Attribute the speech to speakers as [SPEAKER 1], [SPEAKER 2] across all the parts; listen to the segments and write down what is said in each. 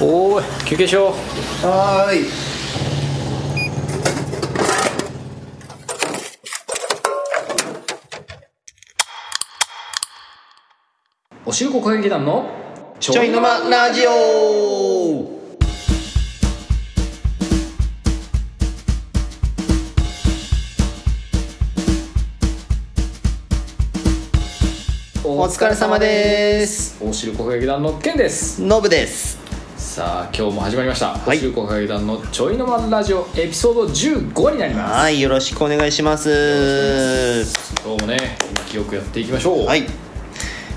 [SPEAKER 1] おーい休憩しよう
[SPEAKER 2] はーい
[SPEAKER 1] おしるこ歌劇団のち
[SPEAKER 2] ちょいのまラジオ
[SPEAKER 1] お
[SPEAKER 2] お疲れ様です
[SPEAKER 1] おしるこ歌劇団のケンです
[SPEAKER 2] ノブです
[SPEAKER 1] さあ今日も始まりました、
[SPEAKER 2] はい
[SPEAKER 1] おしるこ歌劇団のちょいのまラジオエピソード15になります
[SPEAKER 2] はいよろしくお願いします
[SPEAKER 1] 今日もね元気よくやっていきましょう、
[SPEAKER 2] はい、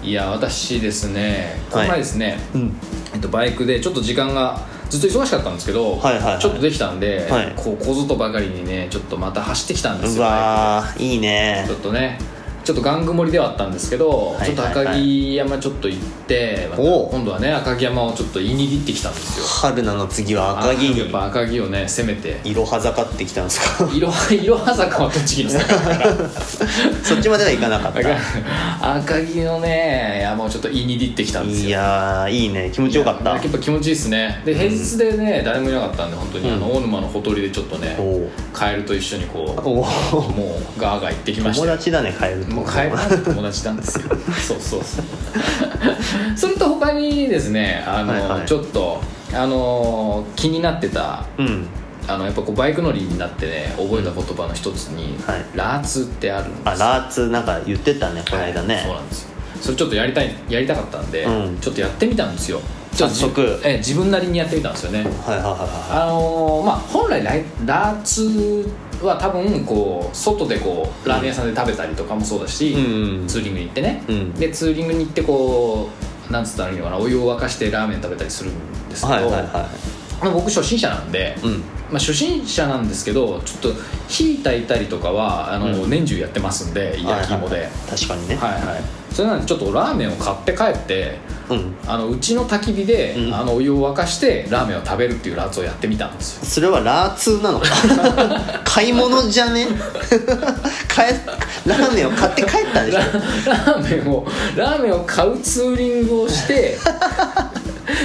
[SPEAKER 1] いや私ですねこ
[SPEAKER 2] はい
[SPEAKER 1] の前ですね、
[SPEAKER 2] うん、
[SPEAKER 1] えっと、バイクでちょっと時間がずっと忙しかったんですけど、
[SPEAKER 2] はいはいはい
[SPEAKER 1] ちょっとできたんで、
[SPEAKER 2] はい
[SPEAKER 1] こうこぞとばかりにねちょっとまた走ってきたんです
[SPEAKER 2] う
[SPEAKER 1] よ
[SPEAKER 2] わーいいね
[SPEAKER 1] ちょっとねちょっと玩具盛りではあったんですけど、
[SPEAKER 2] いはいはい
[SPEAKER 1] ちょっと赤城山ちょっと行って、また
[SPEAKER 2] おう
[SPEAKER 1] 今度はね赤城山をちょっと言いにぎってきたんですよ
[SPEAKER 2] 春菜の次は赤木
[SPEAKER 1] あやっ
[SPEAKER 2] に
[SPEAKER 1] ぱ赤城をね攻めて
[SPEAKER 2] いろは坂ってきたんです か
[SPEAKER 1] いろはいろは坂は栃木の坂だから
[SPEAKER 2] そっちまでは行かなかった
[SPEAKER 1] 赤城のね山をちょっと言いにぎってきたんですよ
[SPEAKER 2] いやーいいね気持ちよかっ
[SPEAKER 1] や
[SPEAKER 2] た
[SPEAKER 1] っぱ気持ちいいですねで平日でね、誰もいなかったんで本当にあの大沼のほとりでちょっとね、
[SPEAKER 2] おう
[SPEAKER 1] カエルと一緒にこう
[SPEAKER 2] おう
[SPEAKER 1] もうガーガー行ってきまし
[SPEAKER 2] 友
[SPEAKER 1] たよ
[SPEAKER 2] 達だね帰ると
[SPEAKER 1] もうカエルなんて友達なんですよそうそうそうそれと他にですねあの、
[SPEAKER 2] はいはい
[SPEAKER 1] ちょっとあの気になってた
[SPEAKER 2] うん
[SPEAKER 1] あのやっぱこうバイク乗りになってね覚えた言葉の一つに「
[SPEAKER 2] はい
[SPEAKER 1] ラーツ」ってあるんですよ
[SPEAKER 2] あラーツなんか言ってたねこの間ね、
[SPEAKER 1] そうなんですよそれちょっとやりたいやりたかったんで、
[SPEAKER 2] うん
[SPEAKER 1] ちょっとやってみたんですよ
[SPEAKER 2] 早速
[SPEAKER 1] ちょっとええ自分なりにやってみたんですよね
[SPEAKER 2] はいはいはいは
[SPEAKER 1] あのーまあ本来ライラーツは多分こう外でこうラーメン屋さんで食べたりとかもそうだし、
[SPEAKER 2] いうん
[SPEAKER 1] ツーリングに行ってね、
[SPEAKER 2] うん
[SPEAKER 1] でツーリングに行ってこうなんつったらいいのかなお湯を沸かしてラーメン食べたりするんですけど、
[SPEAKER 2] はいはいは
[SPEAKER 1] まあ僕初心者なんで、
[SPEAKER 2] いう
[SPEAKER 1] ま
[SPEAKER 2] ん
[SPEAKER 1] あ、初心者なんですけどちょっと火炊いたりとかはあの、
[SPEAKER 2] うん
[SPEAKER 1] 年中やってますんで焼き芋で、
[SPEAKER 2] はいはいはい確かにね、
[SPEAKER 1] はいはいそれなんでちょっとラーメンを買って帰って
[SPEAKER 2] うん
[SPEAKER 1] あのうちの焚き火で、
[SPEAKER 2] うん
[SPEAKER 1] あのお湯を沸かしてラーメンを食べるっていうラーツをやってみたんですよ
[SPEAKER 2] それはラーツーなの か買い物じゃね 買えラーメンを買って帰ったんでし ょ
[SPEAKER 1] ララーメンをラーメンを買うツーリングをして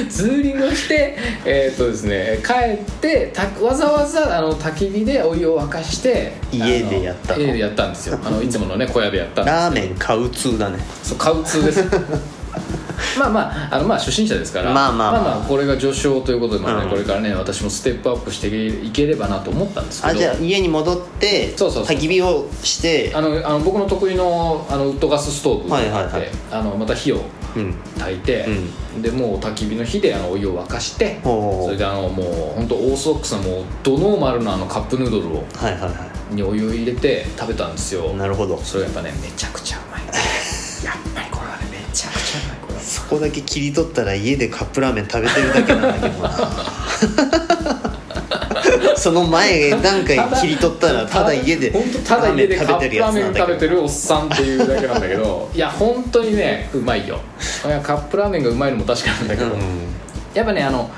[SPEAKER 1] ツーリングをしてえーっとですね帰ってたわざわざあの焚き火でお湯を沸かして
[SPEAKER 2] 家で
[SPEAKER 1] あの
[SPEAKER 2] やったの
[SPEAKER 1] 家でやったんですよあのいつものね小屋でやったんです
[SPEAKER 2] ラーメン買う通だね
[SPEAKER 1] そう買う通です まあまああのまあ初心者ですから
[SPEAKER 2] まあまあまあ
[SPEAKER 1] これが序章ということで、まあね
[SPEAKER 2] うん
[SPEAKER 1] これからね私もステップアップしていければなと思ったんですけど
[SPEAKER 2] あじゃあ家に戻って
[SPEAKER 1] そうそうそう
[SPEAKER 2] 焚き火をして
[SPEAKER 1] あのあの僕の得意のあのウッドガスストーブで、
[SPEAKER 2] はいはいはい
[SPEAKER 1] あのまた火を
[SPEAKER 2] うん
[SPEAKER 1] 炊いて、でもう焚き火の火であのお湯を沸かして
[SPEAKER 2] おー
[SPEAKER 1] それであのもう本当オーソドックスなもうドノーマルなあのカップヌードルを
[SPEAKER 2] はいはいは
[SPEAKER 1] にお湯を入れて食べたんですよ
[SPEAKER 2] いなるほど
[SPEAKER 1] それがやっぱねめちゃくちゃうまいやっぱりこれはねめちゃくちゃうまいこれは
[SPEAKER 2] そこだけ切り取ったら家でカップラーメン食べてるだけなんだ けどなその前段階切り取ったらただ家で
[SPEAKER 1] 本当ただ家でカッ
[SPEAKER 2] ラーメ
[SPEAKER 1] プラーメン
[SPEAKER 2] ン食べてるやつなんだ
[SPEAKER 1] 食べ
[SPEAKER 2] け
[SPEAKER 1] て
[SPEAKER 2] ど
[SPEAKER 1] るおっさんっていうだけなんだけどいや本当にねうまいよいやカップラーメンがうまいのも確かなんだけど、
[SPEAKER 2] うん
[SPEAKER 1] やっぱねあの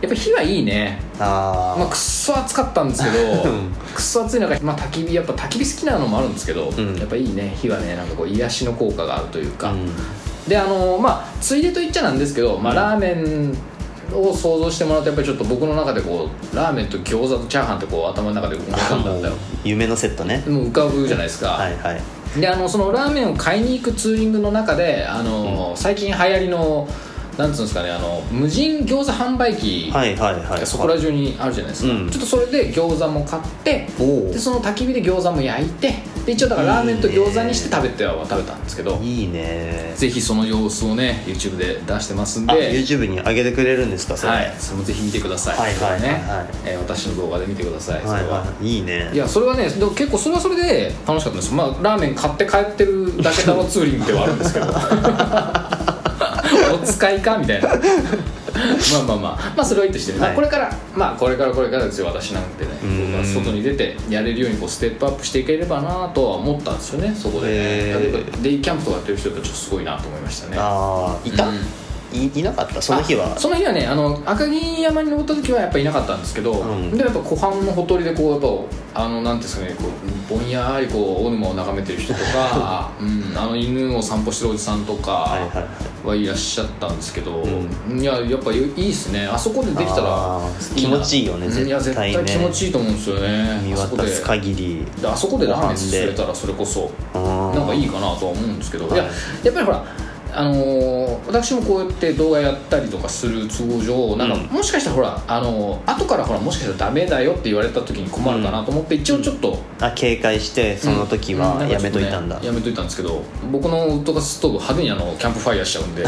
[SPEAKER 1] やっぱ火はいいね
[SPEAKER 2] あ
[SPEAKER 1] まあ、
[SPEAKER 2] あ
[SPEAKER 1] くっそ暑かったんですけど
[SPEAKER 2] うん
[SPEAKER 1] くっそ暑い中、まあ、焚き火やっぱ焚き火好きなのもあるんですけど、
[SPEAKER 2] ん
[SPEAKER 1] やっぱいいね火はねなんかこう癒しの効果があるというか、
[SPEAKER 2] うん
[SPEAKER 1] であのまあついでと言っちゃなんですけど、まあ、ラーメンを想像してもらうとやっぱりちょっと僕の中でこうラーメンと餃子とチャーハンってこう頭の中で思い浮かんだんだよ
[SPEAKER 2] 夢のセットね
[SPEAKER 1] もう浮かぶじゃないですか、
[SPEAKER 2] はいはい
[SPEAKER 1] であのそのラーメンを買いに行くツーリングの中であの、最近流行りのなんつうんですかねあの無人餃子販売機
[SPEAKER 2] はいはいはい
[SPEAKER 1] そこら中にあるじゃないですか、
[SPEAKER 2] うん
[SPEAKER 1] ちょっとそれで餃子も買って
[SPEAKER 2] おお
[SPEAKER 1] でその焚き火で餃子も焼いてで一応だからラーメンと餃子にして食べては食べたんですけど
[SPEAKER 2] いいね
[SPEAKER 1] ぜひその様子をね YouTube で出してますんで
[SPEAKER 2] あ YouTube に上げてくれるんですかそれ
[SPEAKER 1] はい、それもぜひ見てください、
[SPEAKER 2] はいはいはいはい
[SPEAKER 1] それねえー私の動画で見てください、
[SPEAKER 2] はい
[SPEAKER 1] それは
[SPEAKER 2] はいいいね
[SPEAKER 1] いやそれはねでも結構それはそれで楽しかったんですまあラーメン買って帰ってるだけ のツーリングではあるんですけど お使いかみたいな まあまあまあまあそれはいいとしてね、
[SPEAKER 2] はい
[SPEAKER 1] まあこれからまあこれからこれからですよ私なんてね
[SPEAKER 2] うん
[SPEAKER 1] 僕は外に出てやれるようにこうステップアップしていければなとは思ったんですよねそこで、ね
[SPEAKER 2] へー
[SPEAKER 1] デイキャンプとかやってる人たちょっとすごいなと思いましたね
[SPEAKER 2] ああいた
[SPEAKER 1] うん
[SPEAKER 2] いいなかったその日は
[SPEAKER 1] あその日はねあの赤城山に登った時はやっぱいなかったんですけど、
[SPEAKER 2] うん
[SPEAKER 1] でやっぱ湖畔のほとりでこうやっぱあのなんていうんですかねこうぼんやりこう大沼を眺めてる人と か、うん、あの犬を散歩してるおじさんと
[SPEAKER 2] はい
[SPEAKER 1] か
[SPEAKER 2] はい
[SPEAKER 1] はいらっしゃったんですけど、
[SPEAKER 2] う
[SPEAKER 1] いややっぱいいっすねあそこでできたら
[SPEAKER 2] あー気持ちいいよね
[SPEAKER 1] うんいや絶
[SPEAKER 2] 絶対
[SPEAKER 1] 対
[SPEAKER 2] ね
[SPEAKER 1] 気持ちいいと思うんですよね
[SPEAKER 2] 見
[SPEAKER 1] あそこ
[SPEAKER 2] 渡
[SPEAKER 1] です
[SPEAKER 2] 限り
[SPEAKER 1] であそこでラーメンすすれ
[SPEAKER 2] ご飯
[SPEAKER 1] たらそれこそ
[SPEAKER 2] で
[SPEAKER 1] なんかいいかなとは思うんですけど、
[SPEAKER 2] はい
[SPEAKER 1] い、ややっぱりほらあのー私もこうやって動画やったりとかする都合上なんか、
[SPEAKER 2] うん
[SPEAKER 1] もしかしたらほら、あのー後からほらもしかしたらダメだよって言われた時に困るかなと思って、一応ちょっと、
[SPEAKER 2] あ警戒してその時
[SPEAKER 1] う
[SPEAKER 2] は
[SPEAKER 1] ん
[SPEAKER 2] やめといたん
[SPEAKER 1] なかち
[SPEAKER 2] だ、
[SPEAKER 1] ょっねやめといたんですけど僕のウッドガスストーブ派手にあのキャンプファイヤーしちゃ うんで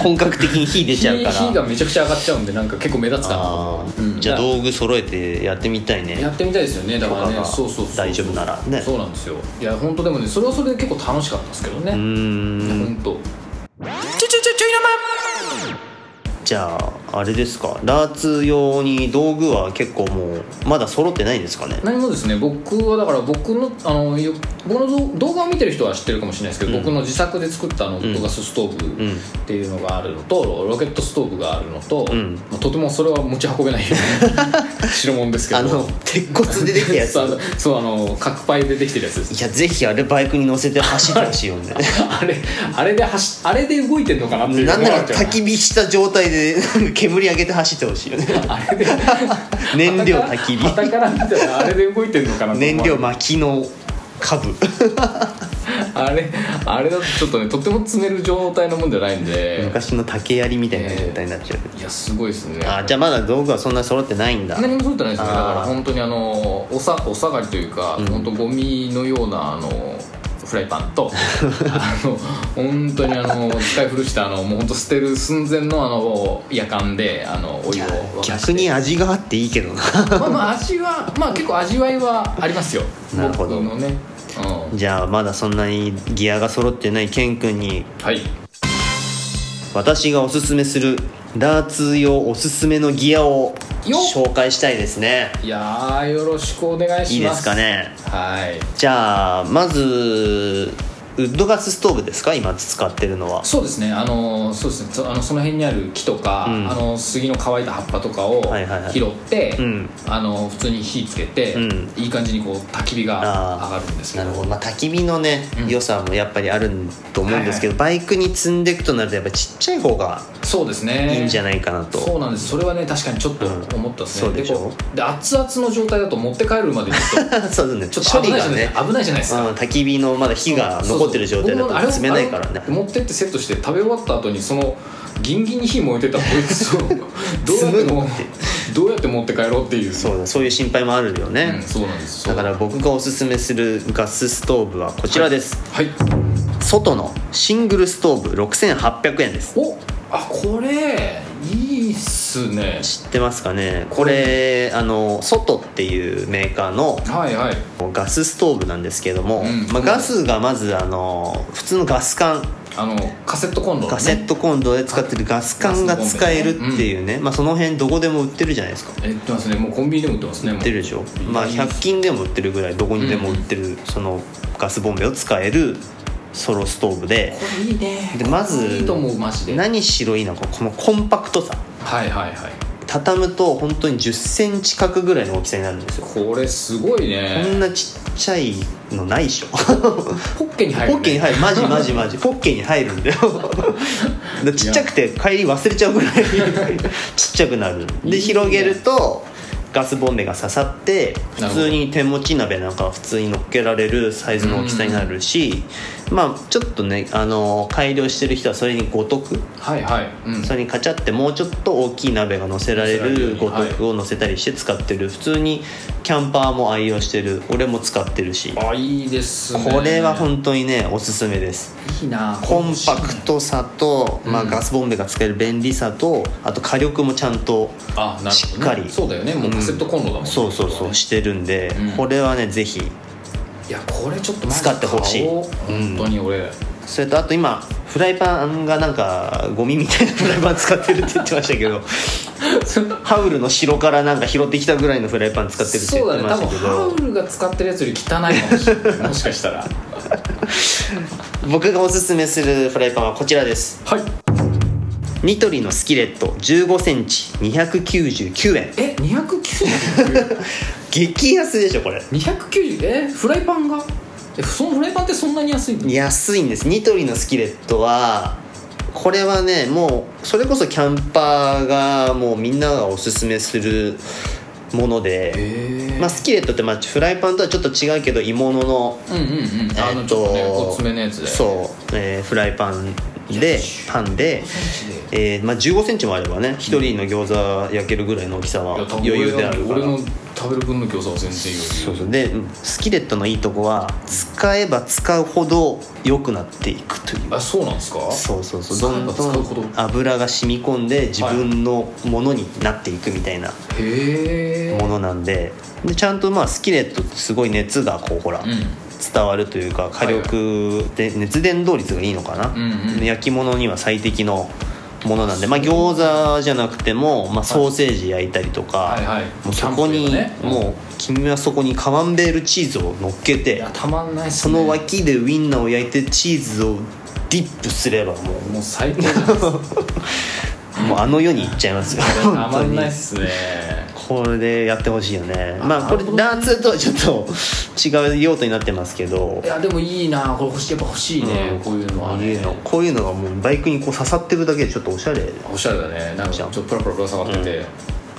[SPEAKER 2] 本格的に火出ちゃう
[SPEAKER 1] 火
[SPEAKER 2] から
[SPEAKER 1] 火がめちゃくちゃ上がっちゃうんでなんか結構目立つかな
[SPEAKER 2] あー
[SPEAKER 1] うん
[SPEAKER 2] じゃあ
[SPEAKER 1] だから
[SPEAKER 2] 道具揃えてやってみたい
[SPEAKER 1] や
[SPEAKER 2] ね
[SPEAKER 1] ってみたいですよねだから
[SPEAKER 2] 許可
[SPEAKER 1] ね
[SPEAKER 2] が
[SPEAKER 1] そうそうそう
[SPEAKER 2] 大丈夫ならね
[SPEAKER 1] そうなんですよいや本当でもねそれはそれで結構楽しかったですけど
[SPEAKER 2] う
[SPEAKER 1] ね、
[SPEAKER 2] ーん
[SPEAKER 1] 本当。
[SPEAKER 2] じゃああれですかダーツ用に道具は結構もうまだ揃ってないんですかね
[SPEAKER 1] 何もですね僕はだから僕のあのよ僕のぞ動画を見てる人は知ってるかもしれないですけど、僕の自作で作ったあのウッドガスストーブ
[SPEAKER 2] うん
[SPEAKER 1] っていうのがあるのと、ロケットストーブがあるのと、
[SPEAKER 2] うん
[SPEAKER 1] まあとてもそれは持ち運べないよ うな代物ですけど
[SPEAKER 2] あの鉄骨でできたや つ
[SPEAKER 1] そうあのそうあの角パイでできてるやつです
[SPEAKER 2] いやぜひあれバイクに乗せて走ってほしいよ ね
[SPEAKER 1] あれあれで走あれで動いてんのかなっていう
[SPEAKER 2] なんなら
[SPEAKER 1] 思われ
[SPEAKER 2] 焚
[SPEAKER 1] ちゃ
[SPEAKER 2] き火した状態でなんか煙上げて走ってほしいよね
[SPEAKER 1] う なあれで
[SPEAKER 2] 燃料焚き
[SPEAKER 1] 旗
[SPEAKER 2] 火
[SPEAKER 1] から見たらあれで動いてんのかなと思われ
[SPEAKER 2] 燃料薪の株
[SPEAKER 1] あれあれだとちょっとねとても詰める状態のもんじゃないんで
[SPEAKER 2] 昔の竹槍みたいな状態になっちゃう、
[SPEAKER 1] いやすごいですね
[SPEAKER 2] あじゃあまだ道具はそんな揃ってないんだ
[SPEAKER 1] 何もそうってないですねだ
[SPEAKER 2] あー
[SPEAKER 1] から本当にあのおさお下がりというか、本当ゴミのようなあのフライパン とあの本当にあの使い古したあのもう本当捨てる寸前のあの夜間であのお
[SPEAKER 2] い
[SPEAKER 1] 湯を
[SPEAKER 2] や
[SPEAKER 1] 沸かして
[SPEAKER 2] 逆に味があっていいけどな
[SPEAKER 1] まあまあ味はまあ結構味わいはありますよ
[SPEAKER 2] なるほど
[SPEAKER 1] 僕のね、うん、
[SPEAKER 2] じゃあまだそんなにギアが揃ってないケン君に
[SPEAKER 1] はい
[SPEAKER 2] 私がおすすめするダーツ用おすすめのギアを
[SPEAKER 1] よっ
[SPEAKER 2] 紹介したいですね
[SPEAKER 1] いやーよろしくお願い
[SPEAKER 2] いい
[SPEAKER 1] し
[SPEAKER 2] で
[SPEAKER 1] ます
[SPEAKER 2] すかね
[SPEAKER 1] はい
[SPEAKER 2] じゃあまずウッドガスストーブですか今使ってるのは
[SPEAKER 1] そうですね、あのそうですねそあのその辺にある木とか、
[SPEAKER 2] うん
[SPEAKER 1] あの杉の乾いた葉っぱとかを
[SPEAKER 2] はいはいはい
[SPEAKER 1] 拾って、
[SPEAKER 2] うん
[SPEAKER 1] あの普通に火つけて、
[SPEAKER 2] うん
[SPEAKER 1] いい感じにこう焚き火が
[SPEAKER 2] あー
[SPEAKER 1] 上がるんですけ
[SPEAKER 2] な
[SPEAKER 1] ど
[SPEAKER 2] るほど、まあ、焚き火のね、
[SPEAKER 1] うん
[SPEAKER 2] 良さもやっぱりあると思うんですけど、バイクに積んでいくとなるとやっぱちっちゃい方が
[SPEAKER 1] そうですね
[SPEAKER 2] いいんじゃ
[SPEAKER 1] ない
[SPEAKER 2] ないかなと、
[SPEAKER 1] そうなんですそれはね確かにちょっと思ったですね、
[SPEAKER 2] うんそうでしょ
[SPEAKER 1] こうで熱々の状態だと持って帰るまでにちょっ
[SPEAKER 2] そうだね
[SPEAKER 1] とちょっと
[SPEAKER 2] 処理
[SPEAKER 1] 危ないじ
[SPEAKER 2] が
[SPEAKER 1] ゃないです
[SPEAKER 2] ね
[SPEAKER 1] か危ないじゃないですか、
[SPEAKER 2] うん、焚き火のまだ火が残ってる状態だと詰めないからね
[SPEAKER 1] 僕もあれを持ってってセットして食べ終わった後にそのギンギンに火燃えてたこい つをどうやってもどうやって持って帰ろうっていう
[SPEAKER 2] そうだそういう心配もあるよ
[SPEAKER 1] うん
[SPEAKER 2] ね、
[SPEAKER 1] そうなんです
[SPEAKER 2] だから僕がおすすめするガスストーブはこちらです、
[SPEAKER 1] はい
[SPEAKER 2] 外のシングルストーブ6800円です
[SPEAKER 1] おあこれいいっすね
[SPEAKER 2] 知ってますかねこれあの外っていうメーカーの
[SPEAKER 1] はいはい
[SPEAKER 2] ガスストーブなんですけれど
[SPEAKER 1] う
[SPEAKER 2] も、
[SPEAKER 1] ん
[SPEAKER 2] まあ、ガスがまずあの普通のガス管
[SPEAKER 1] あのカセットコンロのね
[SPEAKER 2] カセットコンロで使ってるガス管が使えるっていうね、まあ、その辺どこでも売ってるじゃないですか
[SPEAKER 1] え売ってますねもうコンビニでも売ってますねも
[SPEAKER 2] 売
[SPEAKER 1] う
[SPEAKER 2] ってるでしょ、まあ、100均でも売ってるぐらいどこにでも売ってる、そのガスボンベを使えるソロストーブで
[SPEAKER 1] これいいね
[SPEAKER 2] でまず
[SPEAKER 1] これいいと思うマジではい
[SPEAKER 2] 何しろいいのかこのコンパクトさ
[SPEAKER 1] はいはい
[SPEAKER 2] 畳むと本当に1 0センチ角ぐらいの大きさになるんですよ
[SPEAKER 1] これすごい
[SPEAKER 2] こん
[SPEAKER 1] ね
[SPEAKER 2] なちっちゃいのないでしょ
[SPEAKER 1] ポッケに入る、
[SPEAKER 2] ポ
[SPEAKER 1] ね、
[SPEAKER 2] ッケに入るマジマジ マジポッケに入るんだよだからちっちゃくて帰り忘れちゃうぐらいちっちゃくなるで広げるとガスボンベが刺さって
[SPEAKER 1] なるほど
[SPEAKER 2] 普通に手持ち鍋なんか普通に乗っけられるサイズの大きさになるしまあちょっとねあの改良してる人はそれにごとく
[SPEAKER 1] はいはいうん
[SPEAKER 2] それにカチャってもうちょっと大きい鍋が乗せられ
[SPEAKER 1] 乗せられるよう
[SPEAKER 2] る
[SPEAKER 1] に
[SPEAKER 2] ごとくを乗せたりして使ってる普通にキャンパーも愛用してる俺も使ってるし
[SPEAKER 1] あいいですね
[SPEAKER 2] これは本当にねおすすめです
[SPEAKER 1] いいな
[SPEAKER 2] コンパクトさと、まあ、
[SPEAKER 1] うん
[SPEAKER 2] ガスボンベが使える便利さとあと火力もちゃんと
[SPEAKER 1] あなるほどね
[SPEAKER 2] しっかり
[SPEAKER 1] そうだよねもうカセットコンロだもんね、
[SPEAKER 2] そうそうそうしてるんで、
[SPEAKER 1] うん
[SPEAKER 2] これはねぜひ
[SPEAKER 1] いやこれちょっとマジ
[SPEAKER 2] 使ってほしい
[SPEAKER 1] 買おう
[SPEAKER 2] う
[SPEAKER 1] 本
[SPEAKER 2] ん
[SPEAKER 1] 当に 俺
[SPEAKER 2] それとあと今フライパンがなんかゴミみたいなフ ライパン使ってるって言ってましたけどハウルの城からなんか拾ってきたぐらいのフライパン使ってるって
[SPEAKER 1] そ
[SPEAKER 2] 言
[SPEAKER 1] う
[SPEAKER 2] っ
[SPEAKER 1] だ
[SPEAKER 2] て
[SPEAKER 1] ね多
[SPEAKER 2] ま
[SPEAKER 1] 分
[SPEAKER 2] したけど
[SPEAKER 1] ハウルが使ってるやつより汚いかもしれ ないもしかしたら
[SPEAKER 2] 僕がおすすめするフライパンはこちらです
[SPEAKER 1] はい
[SPEAKER 2] ニトリのスキレット1 5ンチ299円
[SPEAKER 1] え二290
[SPEAKER 2] 激安でしょこれ
[SPEAKER 1] 290えフライパンがえそのフライパンってそんなに安いの
[SPEAKER 2] 安いんですニトリのスキレットはこれはねもうそれこそキャンパーがもうみんながおすすめするもので、
[SPEAKER 1] え
[SPEAKER 2] まあ、スキレットってまあフライパンとはちょっと違うけど鋳物の
[SPEAKER 1] うんうんうんあ
[SPEAKER 2] え
[SPEAKER 1] の
[SPEAKER 2] っ
[SPEAKER 1] ち
[SPEAKER 2] と
[SPEAKER 1] ょっとねおつめのやつでう
[SPEAKER 2] そう、えーフライパンでパンで、えーまあ、1 5ンチもあればね一人の餃子焼けるぐらいの大きさ
[SPEAKER 1] い
[SPEAKER 2] は
[SPEAKER 1] や多分
[SPEAKER 2] 余裕であるから
[SPEAKER 1] 俺の食べる分の餃子は全然余裕
[SPEAKER 2] そうそうでスキレットのいいとこは使えば使うほど良くなっていくという
[SPEAKER 1] あそうなんですか
[SPEAKER 2] そうそうそう
[SPEAKER 1] 使
[SPEAKER 2] ど
[SPEAKER 1] え
[SPEAKER 2] ん
[SPEAKER 1] ば
[SPEAKER 2] ど
[SPEAKER 1] 使うほど
[SPEAKER 2] ん油が染み込んで自分のものになっていくみたいな
[SPEAKER 1] へえ
[SPEAKER 2] ものなんででちゃんとまあスキレットってすごい熱がこうほら、
[SPEAKER 1] う
[SPEAKER 2] 伝わるというか火力で熱伝導率がいいのかな、
[SPEAKER 1] うんうん
[SPEAKER 2] 焼き物には最適のものなんで、まあ、餃子じゃなくても、まあ、ソーセージ焼いたりとか、
[SPEAKER 1] はいはい
[SPEAKER 2] もうそこに、
[SPEAKER 1] キャンプといえばね
[SPEAKER 2] もう君はそこにカマンベールチーズを乗っけ
[SPEAKER 1] んい
[SPEAKER 2] て
[SPEAKER 1] やたまんないっす
[SPEAKER 2] そ
[SPEAKER 1] ね
[SPEAKER 2] の脇でウインナーを焼いてチーズをディップすればも
[SPEAKER 1] もう最 高じゃないですか
[SPEAKER 2] うもうあの世に行っちゃ いますよ
[SPEAKER 1] た
[SPEAKER 2] 本
[SPEAKER 1] ま
[SPEAKER 2] 当
[SPEAKER 1] ん
[SPEAKER 2] に
[SPEAKER 1] ないっすね
[SPEAKER 2] これでやってほしいよねまあこれ
[SPEAKER 1] なるほど
[SPEAKER 2] ダーツとはちょっと違う用途になってますけど
[SPEAKER 1] いやでもいいなこれ欲しいやっぱ欲しいね、
[SPEAKER 2] うん
[SPEAKER 1] こういうの
[SPEAKER 2] こ
[SPEAKER 1] は
[SPEAKER 2] う
[SPEAKER 1] ね
[SPEAKER 2] いうのこういうのがもうバイクにこう刺さってるだけでちょっとおしゃれ
[SPEAKER 1] おしゃれだねなんかちょっとプラプラプラ下がってて、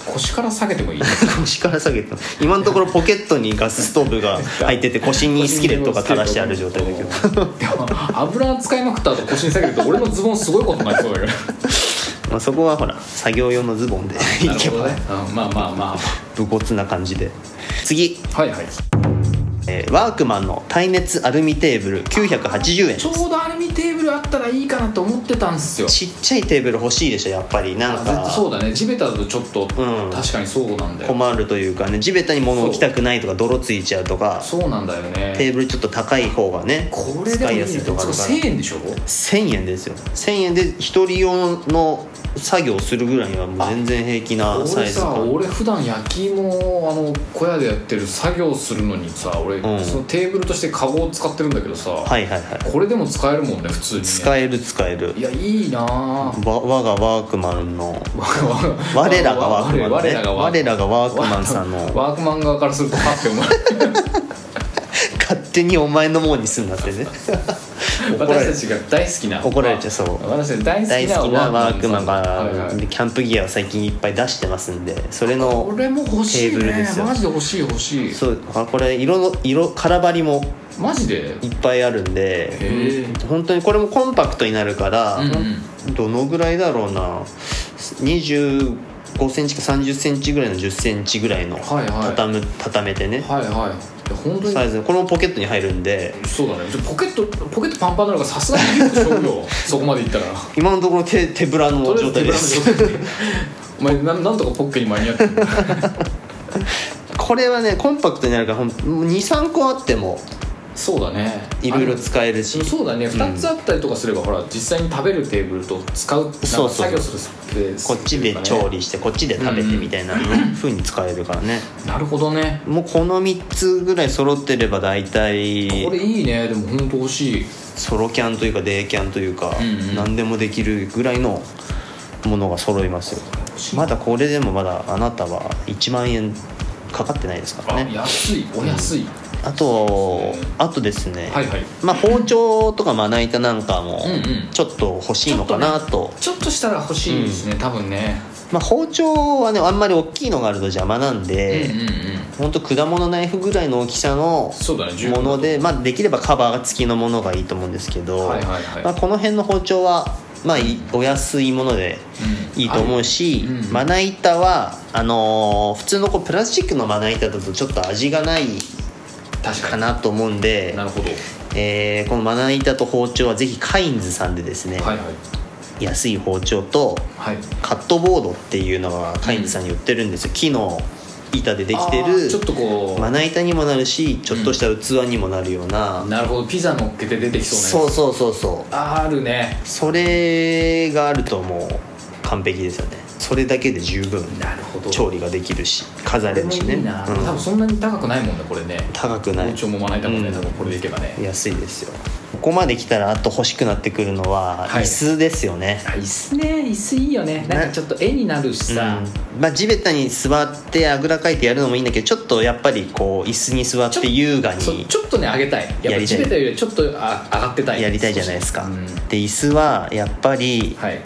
[SPEAKER 1] 腰から下げてもいい
[SPEAKER 2] 腰から下げて今のところポケットにガスストーブが入ってて腰にスキレットが垂らしてある状態だけど
[SPEAKER 1] ど でも油使いまくった後腰に下げると俺のズボンすごいことになりそうだ けど
[SPEAKER 2] まあそこはほら作業用のズボンでい
[SPEAKER 1] なる
[SPEAKER 2] け
[SPEAKER 1] ほど
[SPEAKER 2] ば
[SPEAKER 1] ね、うん、まあまあま
[SPEAKER 2] 武骨な感じで次、
[SPEAKER 1] あはいはい
[SPEAKER 2] えーワークマンの耐熱アルミテーブル980円
[SPEAKER 1] ちょうどアルミテーブルあったらいいかなと思ってたんですよ
[SPEAKER 2] ちっちゃいテーブル欲しいでしょやっぱりなん
[SPEAKER 1] あ
[SPEAKER 2] か
[SPEAKER 1] そうだね地べただとちょっと、
[SPEAKER 2] ん
[SPEAKER 1] 確かにそうなんだよ
[SPEAKER 2] 困るというかね地べたに物置きたくないとか泥ついちゃうとか
[SPEAKER 1] そうなんだよ
[SPEAKER 2] テ
[SPEAKER 1] ね
[SPEAKER 2] ーブルちょっと高い方がね
[SPEAKER 1] これでも
[SPEAKER 2] 使
[SPEAKER 1] い
[SPEAKER 2] い
[SPEAKER 1] い
[SPEAKER 2] や
[SPEAKER 1] ね
[SPEAKER 2] すい
[SPEAKER 1] つ
[SPEAKER 2] と
[SPEAKER 1] ま
[SPEAKER 2] かある
[SPEAKER 1] り
[SPEAKER 2] か
[SPEAKER 1] 1000
[SPEAKER 2] ら
[SPEAKER 1] 円でしょ
[SPEAKER 2] 1000円ですよ1000円で一人用の作業するぐらいにはもう全然平気なサ
[SPEAKER 1] 俺
[SPEAKER 2] イズ
[SPEAKER 1] さ
[SPEAKER 2] 感
[SPEAKER 1] 俺普段焼き芋をあの小屋でやってる作業するのにさ俺、
[SPEAKER 2] うん
[SPEAKER 1] そのテーブルとしてカゴを使ってるんだけどさ、
[SPEAKER 2] はいはいはい
[SPEAKER 1] これでも使えるもんね普通にね
[SPEAKER 2] 使える使える
[SPEAKER 1] いやいいなぁ
[SPEAKER 2] わ我がワークマンの
[SPEAKER 1] 我
[SPEAKER 2] 我らがワークマンね
[SPEAKER 1] 我らがワー
[SPEAKER 2] 我らがワークマンさんの
[SPEAKER 1] ワークマン側からするとパッて思う
[SPEAKER 2] 勝手にお前のもんにすんなってね怒ら
[SPEAKER 1] 私た
[SPEAKER 2] れる
[SPEAKER 1] ちが大好きな
[SPEAKER 2] 怒られちゃうそう
[SPEAKER 1] 私たち大
[SPEAKER 2] 大好
[SPEAKER 1] 好
[SPEAKER 2] き
[SPEAKER 1] き
[SPEAKER 2] な
[SPEAKER 1] な
[SPEAKER 2] ワ
[SPEAKER 1] ワ
[SPEAKER 2] ー
[SPEAKER 1] ー
[SPEAKER 2] ク
[SPEAKER 1] クマ
[SPEAKER 2] マン
[SPEAKER 1] ン
[SPEAKER 2] が
[SPEAKER 1] はいはい
[SPEAKER 2] でキャンプギアを最近いっぱい出してますんでそれの
[SPEAKER 1] 俺も欲しい
[SPEAKER 2] テーブルで
[SPEAKER 1] ね
[SPEAKER 2] すよ
[SPEAKER 1] マジで欲しい欲しい
[SPEAKER 2] そうあこれ色の色空張りも
[SPEAKER 1] マジで
[SPEAKER 2] いっぱいあるん
[SPEAKER 1] へ
[SPEAKER 2] で
[SPEAKER 1] え
[SPEAKER 2] 本当にこれもコンパクトになるから、
[SPEAKER 1] うん
[SPEAKER 2] どのぐらいだろうな25センチか30センチぐらいの10センチぐらいの
[SPEAKER 1] はいはい
[SPEAKER 2] 畳む畳めてね
[SPEAKER 1] はいはいいや本当
[SPEAKER 2] サ
[SPEAKER 1] に
[SPEAKER 2] イズこれもポケットに入るんで
[SPEAKER 1] そうだねちょポケットポケットパンパンなのがさすがに結構しょう よそこまでいったら
[SPEAKER 2] 今のところ手手ぶらの
[SPEAKER 1] とりあえず手ぶ
[SPEAKER 2] 状態で
[SPEAKER 1] らの
[SPEAKER 2] す
[SPEAKER 1] 状態でお前なんなんとかポッケに間に合って る
[SPEAKER 2] これはねコンパクトになるから23個あっても
[SPEAKER 1] そうだね
[SPEAKER 2] いろいろ使えるし
[SPEAKER 1] そうだね2つあったりとかすれば、ほら実際に食べるテーブルと使うなんか
[SPEAKER 2] そうそう
[SPEAKER 1] 作業するスペース
[SPEAKER 2] こっちで調理してこっちで食べてみたいな風に使えるからね
[SPEAKER 1] なるほどね
[SPEAKER 2] もうこの3つぐらい揃ってれば大
[SPEAKER 1] こ
[SPEAKER 2] 体
[SPEAKER 1] れいいねでも本当欲しい
[SPEAKER 2] ソロキャンというかデイキャンというか、
[SPEAKER 1] うんうん
[SPEAKER 2] 何でもできるぐらいのものが揃いますよまだこれでもまだあなたは1万円かかってないですから
[SPEAKER 1] あ
[SPEAKER 2] ね
[SPEAKER 1] 安いお安い、
[SPEAKER 2] あ
[SPEAKER 1] そ
[SPEAKER 2] と
[SPEAKER 1] うですね
[SPEAKER 2] あとですね、
[SPEAKER 1] はいはい
[SPEAKER 2] まあ、包丁とかまな板なんかも
[SPEAKER 1] うんうん
[SPEAKER 2] ちょっと欲しいのかなと,、
[SPEAKER 1] ちょっとしたら欲しいですね、多分ね
[SPEAKER 2] まあ、包丁はねあんまり大きいのがあると邪魔なん
[SPEAKER 1] うん
[SPEAKER 2] で、
[SPEAKER 1] うんうん
[SPEAKER 2] ほんと果物ナイフぐらいの大きさの
[SPEAKER 1] そうだね十
[SPEAKER 2] も
[SPEAKER 1] 分
[SPEAKER 2] ので、まあ、できればカバーが付きのものがいいと思うんですけど、
[SPEAKER 1] はいはいはい
[SPEAKER 2] まあ、この辺の包丁は、まあ、いお安いもので
[SPEAKER 1] うん
[SPEAKER 2] いいと思うし、
[SPEAKER 1] うん
[SPEAKER 2] まな板はあのー普通のこうプラスチックのまな板だとちょっと味がない
[SPEAKER 1] 確か
[SPEAKER 2] かなと思うんで
[SPEAKER 1] にな、るほど
[SPEAKER 2] えーこのまな板と包丁はぜひカインズさんでですね、
[SPEAKER 1] はいはい
[SPEAKER 2] 安い包丁と
[SPEAKER 1] はい
[SPEAKER 2] カットボードっていうのがカインズさんに売ってるんですよ、木の板でできて
[SPEAKER 1] あーちょっ
[SPEAKER 2] る
[SPEAKER 1] とこう、
[SPEAKER 2] まな板にもなるしちょっとした器にもなるような、
[SPEAKER 1] なるほどピザ乗っけて出てきそう
[SPEAKER 2] そ
[SPEAKER 1] ね
[SPEAKER 2] うそうそうそう
[SPEAKER 1] あるね
[SPEAKER 2] それがあるともう完璧ですよねそれだけで十分
[SPEAKER 1] なるほど
[SPEAKER 2] 調理ができるし飾
[SPEAKER 1] こ
[SPEAKER 2] れ
[SPEAKER 1] れ
[SPEAKER 2] る
[SPEAKER 1] も
[SPEAKER 2] しね
[SPEAKER 1] いいな、
[SPEAKER 2] うん
[SPEAKER 1] 多分そんなに高くないもんねこれね
[SPEAKER 2] 高くない
[SPEAKER 1] 包丁もまな板もね、
[SPEAKER 2] うん
[SPEAKER 1] 多分これでいけばね
[SPEAKER 2] 安いですよこまで来たらあと欲しくなってくるのは
[SPEAKER 1] はい
[SPEAKER 2] 椅子ですよね、
[SPEAKER 1] あ椅子ね椅子いいよねなんかちょっと絵になるしさ、
[SPEAKER 2] うんまあ、地べたに座ってあぐらかいてやるのもいいんだけどちょっとやっぱりこう椅子に座って優雅
[SPEAKER 1] そ
[SPEAKER 2] に
[SPEAKER 1] ちょっとね上げたいや
[SPEAKER 2] や
[SPEAKER 1] っぱ
[SPEAKER 2] り
[SPEAKER 1] 地
[SPEAKER 2] たい
[SPEAKER 1] べたよりはちょっとあ上がってたい
[SPEAKER 2] やりたいじゃないですか、
[SPEAKER 1] うん
[SPEAKER 2] で椅子はやっぱり、
[SPEAKER 1] はい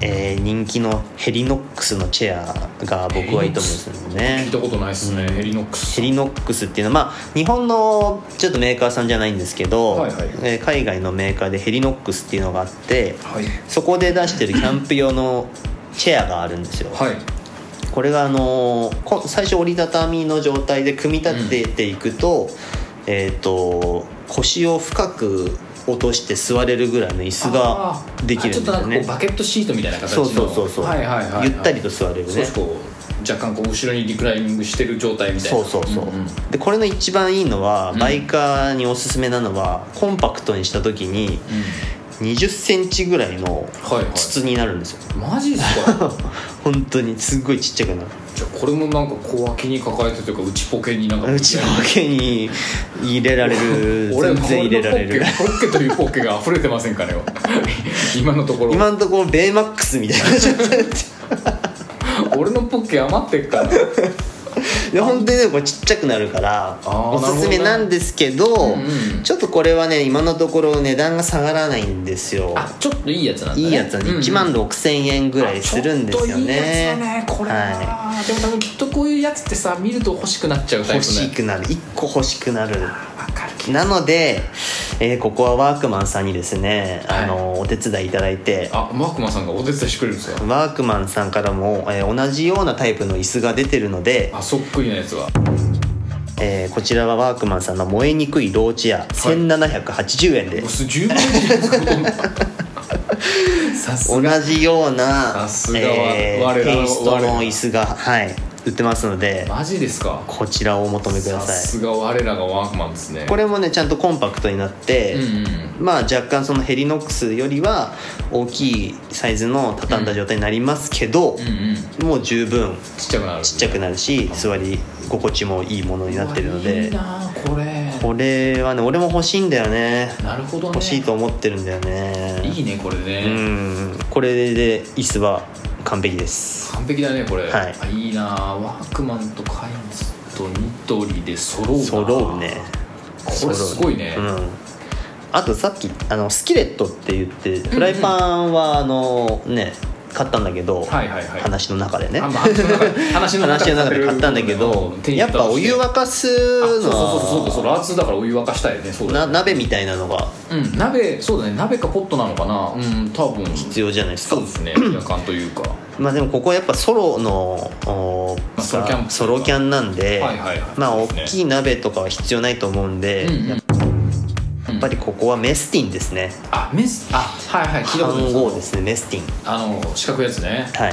[SPEAKER 2] えー人気のヘリノックスのチェアが僕はいいと思うんですよね
[SPEAKER 1] 聞いたことないですね、ヘリノックス
[SPEAKER 2] ヘリノックスっていうのは、まあ、日本のちょっとメーカーさんじゃないんですけど、
[SPEAKER 1] はいはい
[SPEAKER 2] えー海外のメーカーでヘリノックスっていうのがあって
[SPEAKER 1] はい
[SPEAKER 2] そこで出してるキャンプ用のチェアがあるんですよ、
[SPEAKER 1] はい
[SPEAKER 2] これが、あのーこ最初折りたたみの状態で組み立てていくと,、えー、と腰を深く落として座れるぐらいの椅子が
[SPEAKER 1] あー
[SPEAKER 2] できるんです
[SPEAKER 1] あちょっとな
[SPEAKER 2] よ
[SPEAKER 1] んかこ
[SPEAKER 2] ね
[SPEAKER 1] うバケットシートみたいな形
[SPEAKER 2] そ
[SPEAKER 1] の
[SPEAKER 2] うそうそうそう、
[SPEAKER 1] はいはいはい、はい、
[SPEAKER 2] ゆったりと座れる
[SPEAKER 1] 少
[SPEAKER 2] ね
[SPEAKER 1] しこう若干こう後ろにリクライニングしてる状態みたいな
[SPEAKER 2] そうそうそう、
[SPEAKER 1] んん
[SPEAKER 2] でこれの一番いいのは
[SPEAKER 1] ん
[SPEAKER 2] バイカーにおすすめなのは、コンパクトにした時に2 0センチぐらいの
[SPEAKER 1] はいはい
[SPEAKER 2] 筒になるんですよ、
[SPEAKER 1] マジです か
[SPEAKER 2] 本当にすっごいちっちゃくなる
[SPEAKER 1] じゃあこれもなんか小脇に抱えてというか内ポケになんか
[SPEAKER 2] 内ポケに入れられ る
[SPEAKER 1] 俺
[SPEAKER 2] 全然入れられる
[SPEAKER 1] 俺のポッケポッケというポッケが溢れてませんかね 今のところ
[SPEAKER 2] 今のところベイマックスみたいな状態になって
[SPEAKER 1] 俺のポッケ余ってっから
[SPEAKER 2] で本当にねこれちっちゃくなるから
[SPEAKER 1] あー
[SPEAKER 2] おすすめなんですけど
[SPEAKER 1] なるほどねうんうん
[SPEAKER 2] ちょっとこれはね今のところ値段が下がらないんですよ
[SPEAKER 1] あちょっといいやつなんだ、ね、
[SPEAKER 2] いいやつはね
[SPEAKER 1] うんうん
[SPEAKER 2] 1万6000円ぐらいするんですよね
[SPEAKER 1] あちょっといいやつだねこれは、
[SPEAKER 2] は
[SPEAKER 1] でも多分きっとこういうやつってさ見ると欲しくなっちゃう
[SPEAKER 2] い、
[SPEAKER 1] タイ
[SPEAKER 2] 欲
[SPEAKER 1] プね
[SPEAKER 2] しくなる1個欲しくなる
[SPEAKER 1] わかる
[SPEAKER 2] なので、えーここはワークマンさんにですね、
[SPEAKER 1] はい
[SPEAKER 2] あのお手伝いいただいて
[SPEAKER 1] あマークマンさんがお手伝いしてくれるんですよ
[SPEAKER 2] ワークマンさんからも、えー同じようなタイプの椅子が出てるので、
[SPEAKER 1] あそっくりなやつは
[SPEAKER 2] えーこちらはワークマンさんの燃えにくいローチェア1780円で
[SPEAKER 1] ボス10分の1さす
[SPEAKER 2] 同じよう
[SPEAKER 1] さ
[SPEAKER 2] な
[SPEAKER 1] すがは
[SPEAKER 2] えー
[SPEAKER 1] 我ら
[SPEAKER 2] テイスト
[SPEAKER 1] 我ら
[SPEAKER 2] の椅子が、はい、売ってますので
[SPEAKER 1] マジですか
[SPEAKER 2] こちらをお求めくだ
[SPEAKER 1] さ
[SPEAKER 2] さい
[SPEAKER 1] すが我らがワークマンですね
[SPEAKER 2] これもねちゃんとコンパクトになって、
[SPEAKER 1] うんうん
[SPEAKER 2] まあ、若干そのヘリノックスよりは大きいサイズの畳んだ状態になりますけど、
[SPEAKER 1] うんうん
[SPEAKER 2] もう十分
[SPEAKER 1] ちっちゃくなる
[SPEAKER 2] ちっちゃくなるし座り心地もいいものになってるの
[SPEAKER 1] うわい
[SPEAKER 2] で
[SPEAKER 1] いなあこれ
[SPEAKER 2] これはね俺も欲しいんだよね
[SPEAKER 1] なるほどね
[SPEAKER 2] 欲しいと思ってるんだよね
[SPEAKER 1] いいねこれ
[SPEAKER 2] う
[SPEAKER 1] ね、
[SPEAKER 2] んこれで椅子は完璧です
[SPEAKER 1] 完璧だねこれ、
[SPEAKER 2] はい
[SPEAKER 1] あいいなあワークマンとカインズとニトリで揃うな
[SPEAKER 2] 揃うね
[SPEAKER 1] これすごいね、
[SPEAKER 2] うんあとさっきあのスキレットって言ってフライパンはあのね買ったんだけど、
[SPEAKER 1] はいはいはい
[SPEAKER 2] 話の中でね
[SPEAKER 1] あまあ話の中で話の
[SPEAKER 2] 話の中で買ったんだけど
[SPEAKER 1] 手に入
[SPEAKER 2] やっぱお湯
[SPEAKER 1] あ
[SPEAKER 2] 沸かす
[SPEAKER 1] そう
[SPEAKER 2] の
[SPEAKER 1] そうそうそうそう
[SPEAKER 2] は
[SPEAKER 1] ラーツだからお湯沸かしたいよねそうだ
[SPEAKER 2] な
[SPEAKER 1] よね
[SPEAKER 2] 鍋みたいなのが
[SPEAKER 1] うん鍋そうだね鍋かポットなのかなうん多分
[SPEAKER 2] 必要じゃないですか
[SPEAKER 1] そうですね夜間というか
[SPEAKER 2] まあでもここはやっぱソロのお
[SPEAKER 1] まあソロキャンプ
[SPEAKER 2] ソロキャンなんで、
[SPEAKER 1] はいはいはい
[SPEAKER 2] まあ
[SPEAKER 1] そうで
[SPEAKER 2] 大
[SPEAKER 1] すね
[SPEAKER 2] きい鍋とかは必要ないと思うんで、
[SPEAKER 1] うんうん
[SPEAKER 2] やっぱりここはメスティンですね
[SPEAKER 1] あメスあはいはい聞いたことない
[SPEAKER 2] 飯号ですねメスティン
[SPEAKER 1] あの四角いやつね
[SPEAKER 2] はい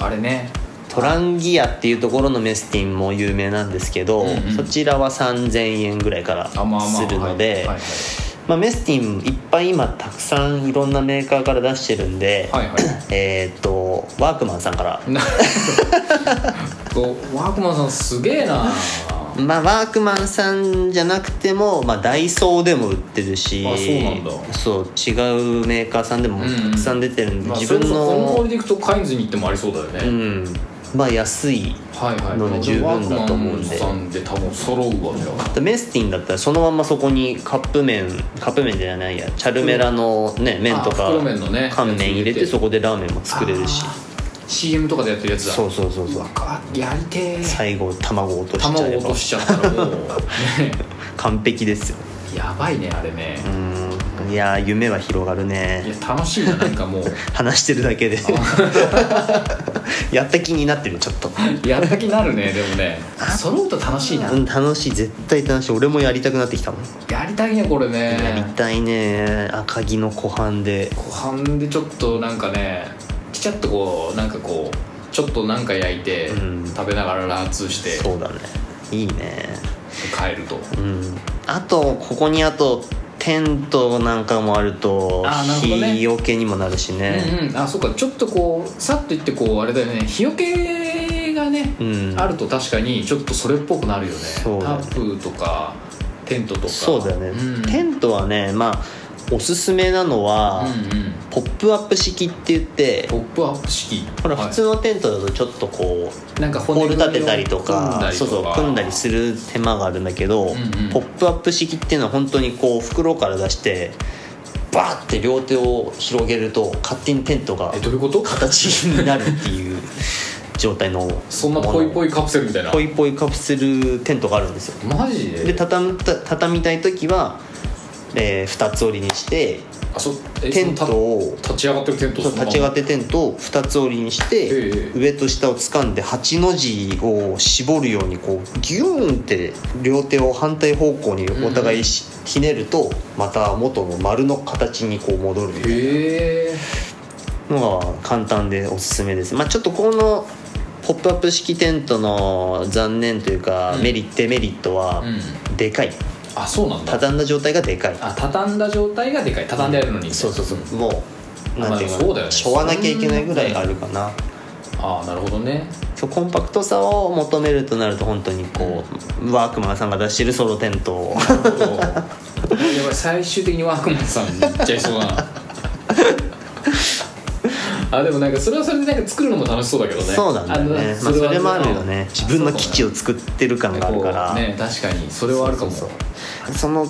[SPEAKER 1] あれね
[SPEAKER 2] トランギアっていうところのメスティンも有名なんですけど、
[SPEAKER 1] うんうん
[SPEAKER 2] そちらは3000円ぐらいか
[SPEAKER 1] あ
[SPEAKER 2] ら
[SPEAKER 1] まあまあ
[SPEAKER 2] するので
[SPEAKER 1] はいはい
[SPEAKER 2] まあメスティンいっぱい今たくさんいろんなメーカーから出してるんで、
[SPEAKER 1] はいはい
[SPEAKER 2] えーっとワークマンさんから
[SPEAKER 1] なこうワークマンさんすげえな
[SPEAKER 2] まあ、ワークマンさんじゃなくても、まあ、ダイソーでも売ってるし
[SPEAKER 1] あそうなんだ
[SPEAKER 2] そう違うメーカーさんで
[SPEAKER 1] う
[SPEAKER 2] も
[SPEAKER 1] んうん
[SPEAKER 2] たくさん出てるんで、
[SPEAKER 1] まあ
[SPEAKER 2] 自分
[SPEAKER 1] それこそこのノ
[SPEAKER 2] の
[SPEAKER 1] リでいくとカインズに行ってもありそうだよね、
[SPEAKER 2] うんまあ安い
[SPEAKER 1] はいはい
[SPEAKER 2] ので十分だと思うんで
[SPEAKER 1] ワークマンさんで多分揃うわじゃあ
[SPEAKER 2] メスティンだったらそのままそこにカップ麺カップ麺じゃないやチャルメラの、ね麺と
[SPEAKER 1] あ
[SPEAKER 2] か
[SPEAKER 1] 袋麺のね
[SPEAKER 2] 乾麺入れてそこでラーメンも作れるし
[SPEAKER 1] あー CM とかでやってるやつだ
[SPEAKER 2] そうそうそうそう
[SPEAKER 1] わかやりてえ
[SPEAKER 2] 最後卵落としちゃ
[SPEAKER 1] 卵
[SPEAKER 2] え
[SPEAKER 1] 落
[SPEAKER 2] ば
[SPEAKER 1] としちゃったら もう、ね、
[SPEAKER 2] 完璧ですよ
[SPEAKER 1] やばいねあれね
[SPEAKER 2] うんいやー夢は広がる
[SPEAKER 1] い
[SPEAKER 2] ね
[SPEAKER 1] や楽しいななんかもう
[SPEAKER 2] 話してるだけで やった気になってるちょっと
[SPEAKER 1] やった気になるねでもね揃うと楽しいな
[SPEAKER 2] うん楽しい絶対楽しい俺もやりたくなってきたもん、
[SPEAKER 1] やりたいねこれ
[SPEAKER 2] やり
[SPEAKER 1] ね
[SPEAKER 2] たいね赤城の湖畔で
[SPEAKER 1] ご飯でちょっとなんかねちちゃっとこうなんかこうちょっとなんか焼いて、
[SPEAKER 2] うん
[SPEAKER 1] 食べながらラーツーして
[SPEAKER 2] そうだねいいね
[SPEAKER 1] 帰ると
[SPEAKER 2] うんあとここにあとテントなんかもあると
[SPEAKER 1] あーなるほどね
[SPEAKER 2] 日よけにもなるしね
[SPEAKER 1] うんうん、あそうかちょっとこうさっといってこうあれだよね日よけがね、
[SPEAKER 2] うん
[SPEAKER 1] あると確かにちょっとそれっぽくなるよね
[SPEAKER 2] そうだ
[SPEAKER 1] タ
[SPEAKER 2] ね
[SPEAKER 1] ップとかテントとか
[SPEAKER 2] そうだよね、
[SPEAKER 1] ん
[SPEAKER 2] テントはねまあおすすめなのは、
[SPEAKER 1] うんうん
[SPEAKER 2] ポップアップ式って言って
[SPEAKER 1] ポップアップ式
[SPEAKER 2] ほら
[SPEAKER 1] はい
[SPEAKER 2] 普通のテントだとちょっとこう
[SPEAKER 1] なんか
[SPEAKER 2] ポ
[SPEAKER 1] 骨
[SPEAKER 2] ール
[SPEAKER 1] 組みを
[SPEAKER 2] 立てたりと
[SPEAKER 1] 組んだ
[SPEAKER 2] か
[SPEAKER 1] り
[SPEAKER 2] そうそう組んだりする手間があるんだけど、
[SPEAKER 1] んうん
[SPEAKER 2] ポップアップ式っていうのは本当にこう袋から出してバーって両手を広げると勝手にテントが
[SPEAKER 1] えどういうこと
[SPEAKER 2] 形になるっていう状態の
[SPEAKER 1] そんなぽいぽ
[SPEAKER 2] い
[SPEAKER 1] いカプセルみたいな
[SPEAKER 2] ポイポイカプセルテントがあるんですよ
[SPEAKER 1] マジで
[SPEAKER 2] で畳むた畳みたい時は、え2つ折りにして
[SPEAKER 1] あそえ
[SPEAKER 2] テント
[SPEAKER 1] その
[SPEAKER 2] を
[SPEAKER 1] 立ち上がってるテント
[SPEAKER 2] そう立ち上が
[SPEAKER 1] っ
[SPEAKER 2] ってテントを2つ折りにして、
[SPEAKER 1] ええ
[SPEAKER 2] 上と下を掴んで8の字を絞るようにこうギューンって両手を反対方向にお互いしひねるとまた元の丸の形にこう戻るみたい
[SPEAKER 1] へえ
[SPEAKER 2] なのが簡単でおすすめです。まあ、ちょっとこのポップアップ式テントの残念というか、
[SPEAKER 1] うん
[SPEAKER 2] メリットデメリットは
[SPEAKER 1] うん
[SPEAKER 2] でかい
[SPEAKER 1] あそうなんだ
[SPEAKER 2] 畳んだ状態がでかい
[SPEAKER 1] あ畳んだ状態がでかい畳んであるのに
[SPEAKER 2] そうそうそうもう
[SPEAKER 1] まあ
[SPEAKER 2] なんていう
[SPEAKER 1] でもそ
[SPEAKER 2] の
[SPEAKER 1] うだよね
[SPEAKER 2] しょわなきゃいけないぐらいあるかな、
[SPEAKER 1] ああなるほどね
[SPEAKER 2] そうコンパクトさを求めるとなると本当にこう、ワークマンさんが出してるソロテントを
[SPEAKER 1] なるほどやばい最終的にワークマンさんに行っちゃいそうだ なあでもなんかそれはそれでなんか作るのも楽しそうだけどね
[SPEAKER 2] そうなんだよね
[SPEAKER 1] あ
[SPEAKER 2] まあ、それもあるよ
[SPEAKER 1] そ
[SPEAKER 2] ね自分の基地
[SPEAKER 1] を
[SPEAKER 2] を作ってる感があるから
[SPEAKER 1] ね確かにそれはあるかも
[SPEAKER 2] そうそうそうその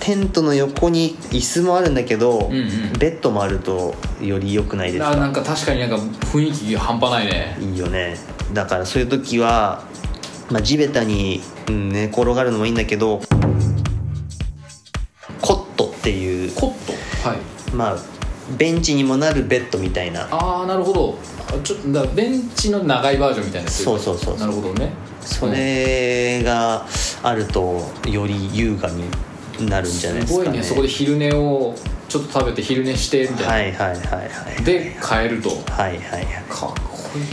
[SPEAKER 2] テントの横に椅子もあるんだけど、
[SPEAKER 1] んうん
[SPEAKER 2] ベッドもあるとより良くないです
[SPEAKER 1] あ
[SPEAKER 2] か
[SPEAKER 1] なんか確かになんか雰囲気半端ないね
[SPEAKER 2] いいよねだからそういう時は、まあ、地べたに、うん寝転がるのもいいんだけどコットっていう
[SPEAKER 1] コットはい
[SPEAKER 2] まあベンチにもなるベッドみたいな
[SPEAKER 1] ああなるほどあちょっとだからベンチの長いバージョンみたいなやつ
[SPEAKER 2] そうそうそうそ
[SPEAKER 1] な
[SPEAKER 2] う
[SPEAKER 1] るほどね
[SPEAKER 2] それがあるとより優雅になるんじゃないですす
[SPEAKER 1] ごい
[SPEAKER 2] か
[SPEAKER 1] ね
[SPEAKER 2] ね
[SPEAKER 1] そこで昼寝をちょっと食べて昼寝してみたいな、
[SPEAKER 2] はいはいはいはい
[SPEAKER 1] で変えると
[SPEAKER 2] はいはいはい
[SPEAKER 1] かっこ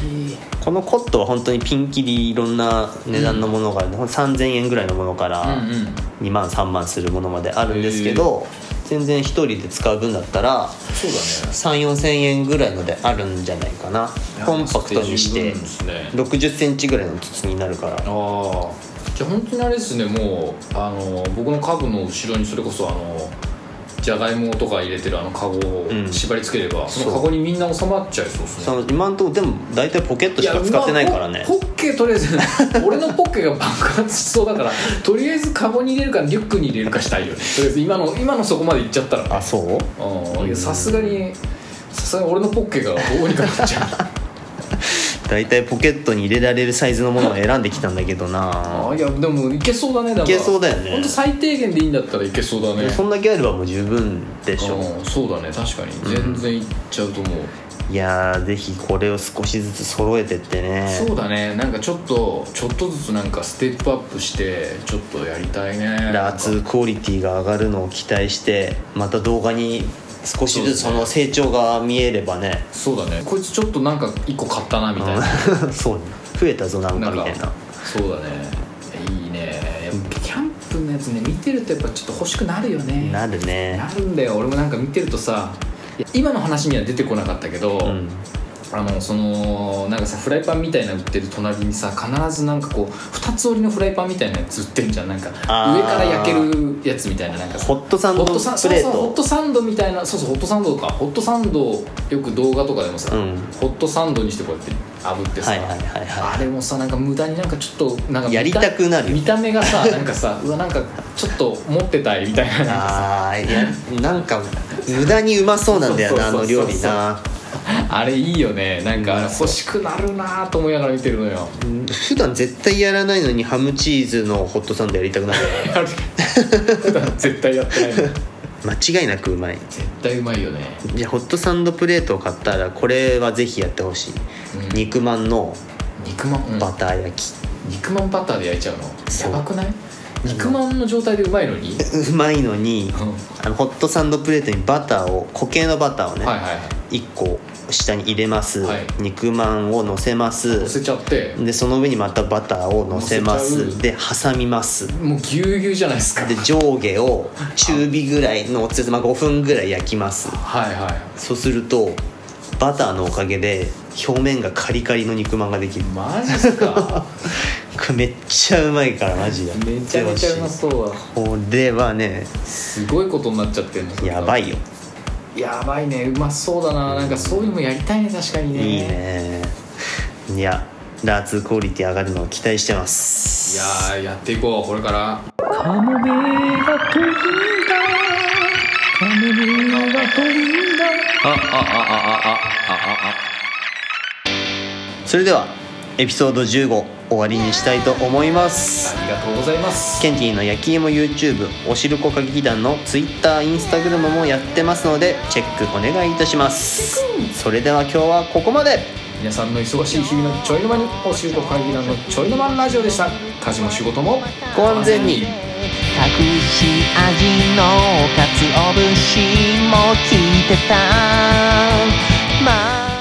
[SPEAKER 1] いい
[SPEAKER 2] このコットは本当にピンキリいろんな値段のものがある、ほんと3000円ぐらいのものか
[SPEAKER 1] う
[SPEAKER 2] ら
[SPEAKER 1] んうん
[SPEAKER 2] 2万3万するものまであるんですけど全然一人で使う分だったら
[SPEAKER 1] そうだね
[SPEAKER 2] 34000円ぐらいのであるんじゃないかなコンパクトにして
[SPEAKER 1] 十分ですね
[SPEAKER 2] 6 0ンチぐらいの筒になるから
[SPEAKER 1] ああじゃあ本当にあれですねもうあの僕の家具の後ろにそれこそあのじゃがいもとか入れてるあのカゴを
[SPEAKER 2] うん
[SPEAKER 1] 縛り付ければ、そ
[SPEAKER 2] そう
[SPEAKER 1] のカゴにみんな収まっちゃいそうですね
[SPEAKER 2] その今んとこでも大体ポケットしか使ってないからね
[SPEAKER 1] やまあポポッケとりあえず 俺のポッケが爆発しそうだからとりあえずカゴに入れるかリュックに入れるかしたいよねとりあえず今の今のそこまでいっちゃったら
[SPEAKER 2] あそう
[SPEAKER 1] うんいやさすがにさすがに俺のポッケがどうにかなっちゃう
[SPEAKER 2] 大体ポケットに入れられるサイズのものを選んできたんだけどな
[SPEAKER 1] あーいやでもいけそうだねだから
[SPEAKER 2] いけそうだよね
[SPEAKER 1] ほんと最低限でいいんだったらいけそうだね
[SPEAKER 2] そんだけあればもう十分でしょ
[SPEAKER 1] うんそうだね確かに全然いっちゃうと思う、
[SPEAKER 2] いやーぜひこれを少しずつ揃えてってね
[SPEAKER 1] そうだねなんかちょっとちょっとずつなんかステップアップしてちょっとやりたいね
[SPEAKER 2] ラーツクオリティが上がるのを期待してまた動画に少しずつその成長が見えればね
[SPEAKER 1] そうだねこいつちょっとなんか一個買ったなみたいな、
[SPEAKER 2] うん そうね増えたぞなんかみたいな
[SPEAKER 1] そうだねいいねやっぱキャンプのやつね見てるとやっぱちょっと欲しくなるよね
[SPEAKER 2] なるね
[SPEAKER 1] なるんだよ俺もなんか見てるとさいや今の話には出てこなかったけど、
[SPEAKER 2] うん
[SPEAKER 1] あのそのなんかさフライパンみたいな売ってる隣にさ必ずなんかこう二つ折りのフライパンみたいなやつ売ってんじゃんなんか
[SPEAKER 2] あー
[SPEAKER 1] 上から焼けるやつみたいななんかさ
[SPEAKER 2] ホットサン
[SPEAKER 1] ホ
[SPEAKER 2] ド
[SPEAKER 1] ット
[SPEAKER 2] プレ
[SPEAKER 1] サンそう
[SPEAKER 2] ー
[SPEAKER 1] そうホッ
[SPEAKER 2] ト
[SPEAKER 1] トサンドみたいなそうそうホットサンドかホットサンドよく動画とかでもさ、
[SPEAKER 2] うん
[SPEAKER 1] ホットサンドにしてこうやって炙ってさ、
[SPEAKER 2] はいはいはいはい
[SPEAKER 1] あれもさなんか無駄になんかちょっとなんか見
[SPEAKER 2] やりたくなるよ
[SPEAKER 1] 見た目がさなんかさ うわなんかちょっと持ってたいみたいななんか
[SPEAKER 2] あーいやなんか無駄にうまそうなんだよなあ
[SPEAKER 1] そ
[SPEAKER 2] の
[SPEAKER 1] うそうそうそう
[SPEAKER 2] 料理な
[SPEAKER 1] あれいいよねなんか
[SPEAKER 2] うんそ
[SPEAKER 1] 欲
[SPEAKER 2] う
[SPEAKER 1] しくなるなと思いながら見てるのよ
[SPEAKER 2] 普段絶対やらないのにハムチーズのホットサンドやりたくなる
[SPEAKER 1] 普段絶対やってないのに
[SPEAKER 2] 間違いなくうまい
[SPEAKER 1] 絶対うまいよね
[SPEAKER 2] じゃあホットサンドプレートを買ったらこれはぜひやってほしい、
[SPEAKER 1] うん
[SPEAKER 2] 肉まんの
[SPEAKER 1] 肉まん、うん
[SPEAKER 2] バター焼
[SPEAKER 1] 肉まんバターで焼いちゃうの
[SPEAKER 2] そ
[SPEAKER 1] や
[SPEAKER 2] う
[SPEAKER 1] ばくない肉まんの状態でうまいのに、
[SPEAKER 2] き、うまいのに
[SPEAKER 1] うん
[SPEAKER 2] あのホットサンドプレートにバターを固形のバターをね、
[SPEAKER 1] はいはいはい
[SPEAKER 2] 1個下に入れます、
[SPEAKER 1] はい
[SPEAKER 2] 肉まんをのせます
[SPEAKER 1] 乗せちゃって
[SPEAKER 2] でその上にまたバターをのせま
[SPEAKER 1] 乗せちゃ
[SPEAKER 2] す
[SPEAKER 1] う
[SPEAKER 2] で挟みます
[SPEAKER 1] もうぎゅうぎゅうじゃないですか
[SPEAKER 2] で上下を中火ぐらいのつまあ5分ぐらい焼きます
[SPEAKER 1] はいはい
[SPEAKER 2] そうするとバターのおかげで表面がカリカリの肉まんができる
[SPEAKER 1] マジっす か
[SPEAKER 2] これめっちゃうまいからマジで
[SPEAKER 1] めちゃめちゃうまそうだ
[SPEAKER 2] これはね
[SPEAKER 1] すごいことになっちゃってるの
[SPEAKER 2] やば
[SPEAKER 1] い
[SPEAKER 2] いよ
[SPEAKER 1] やばいねうまそうだななんかそういうのもやりたいね確かにね
[SPEAKER 2] いいねいやダーツクオリティ上がるのを期待してます
[SPEAKER 1] いやーやっていこうこれから
[SPEAKER 2] カモメが飛んだカモメが飛んだ
[SPEAKER 1] ああああああああ
[SPEAKER 2] それではエピソード15終わりにしたいと思います
[SPEAKER 1] ありがとうございます
[SPEAKER 2] ケンティーの焼き芋 YouTube おしるこ歌劇団の TwitterInstagram もやってますのでチェックお願いいたしますそれでは今日はここまで
[SPEAKER 1] 皆さんの忙しい日々のちょいの間にお仕事会議団のちょいの間ラジオでした家事も仕事も
[SPEAKER 2] ご安全に
[SPEAKER 3] 隠し味の鰹節も聞いてた、まあ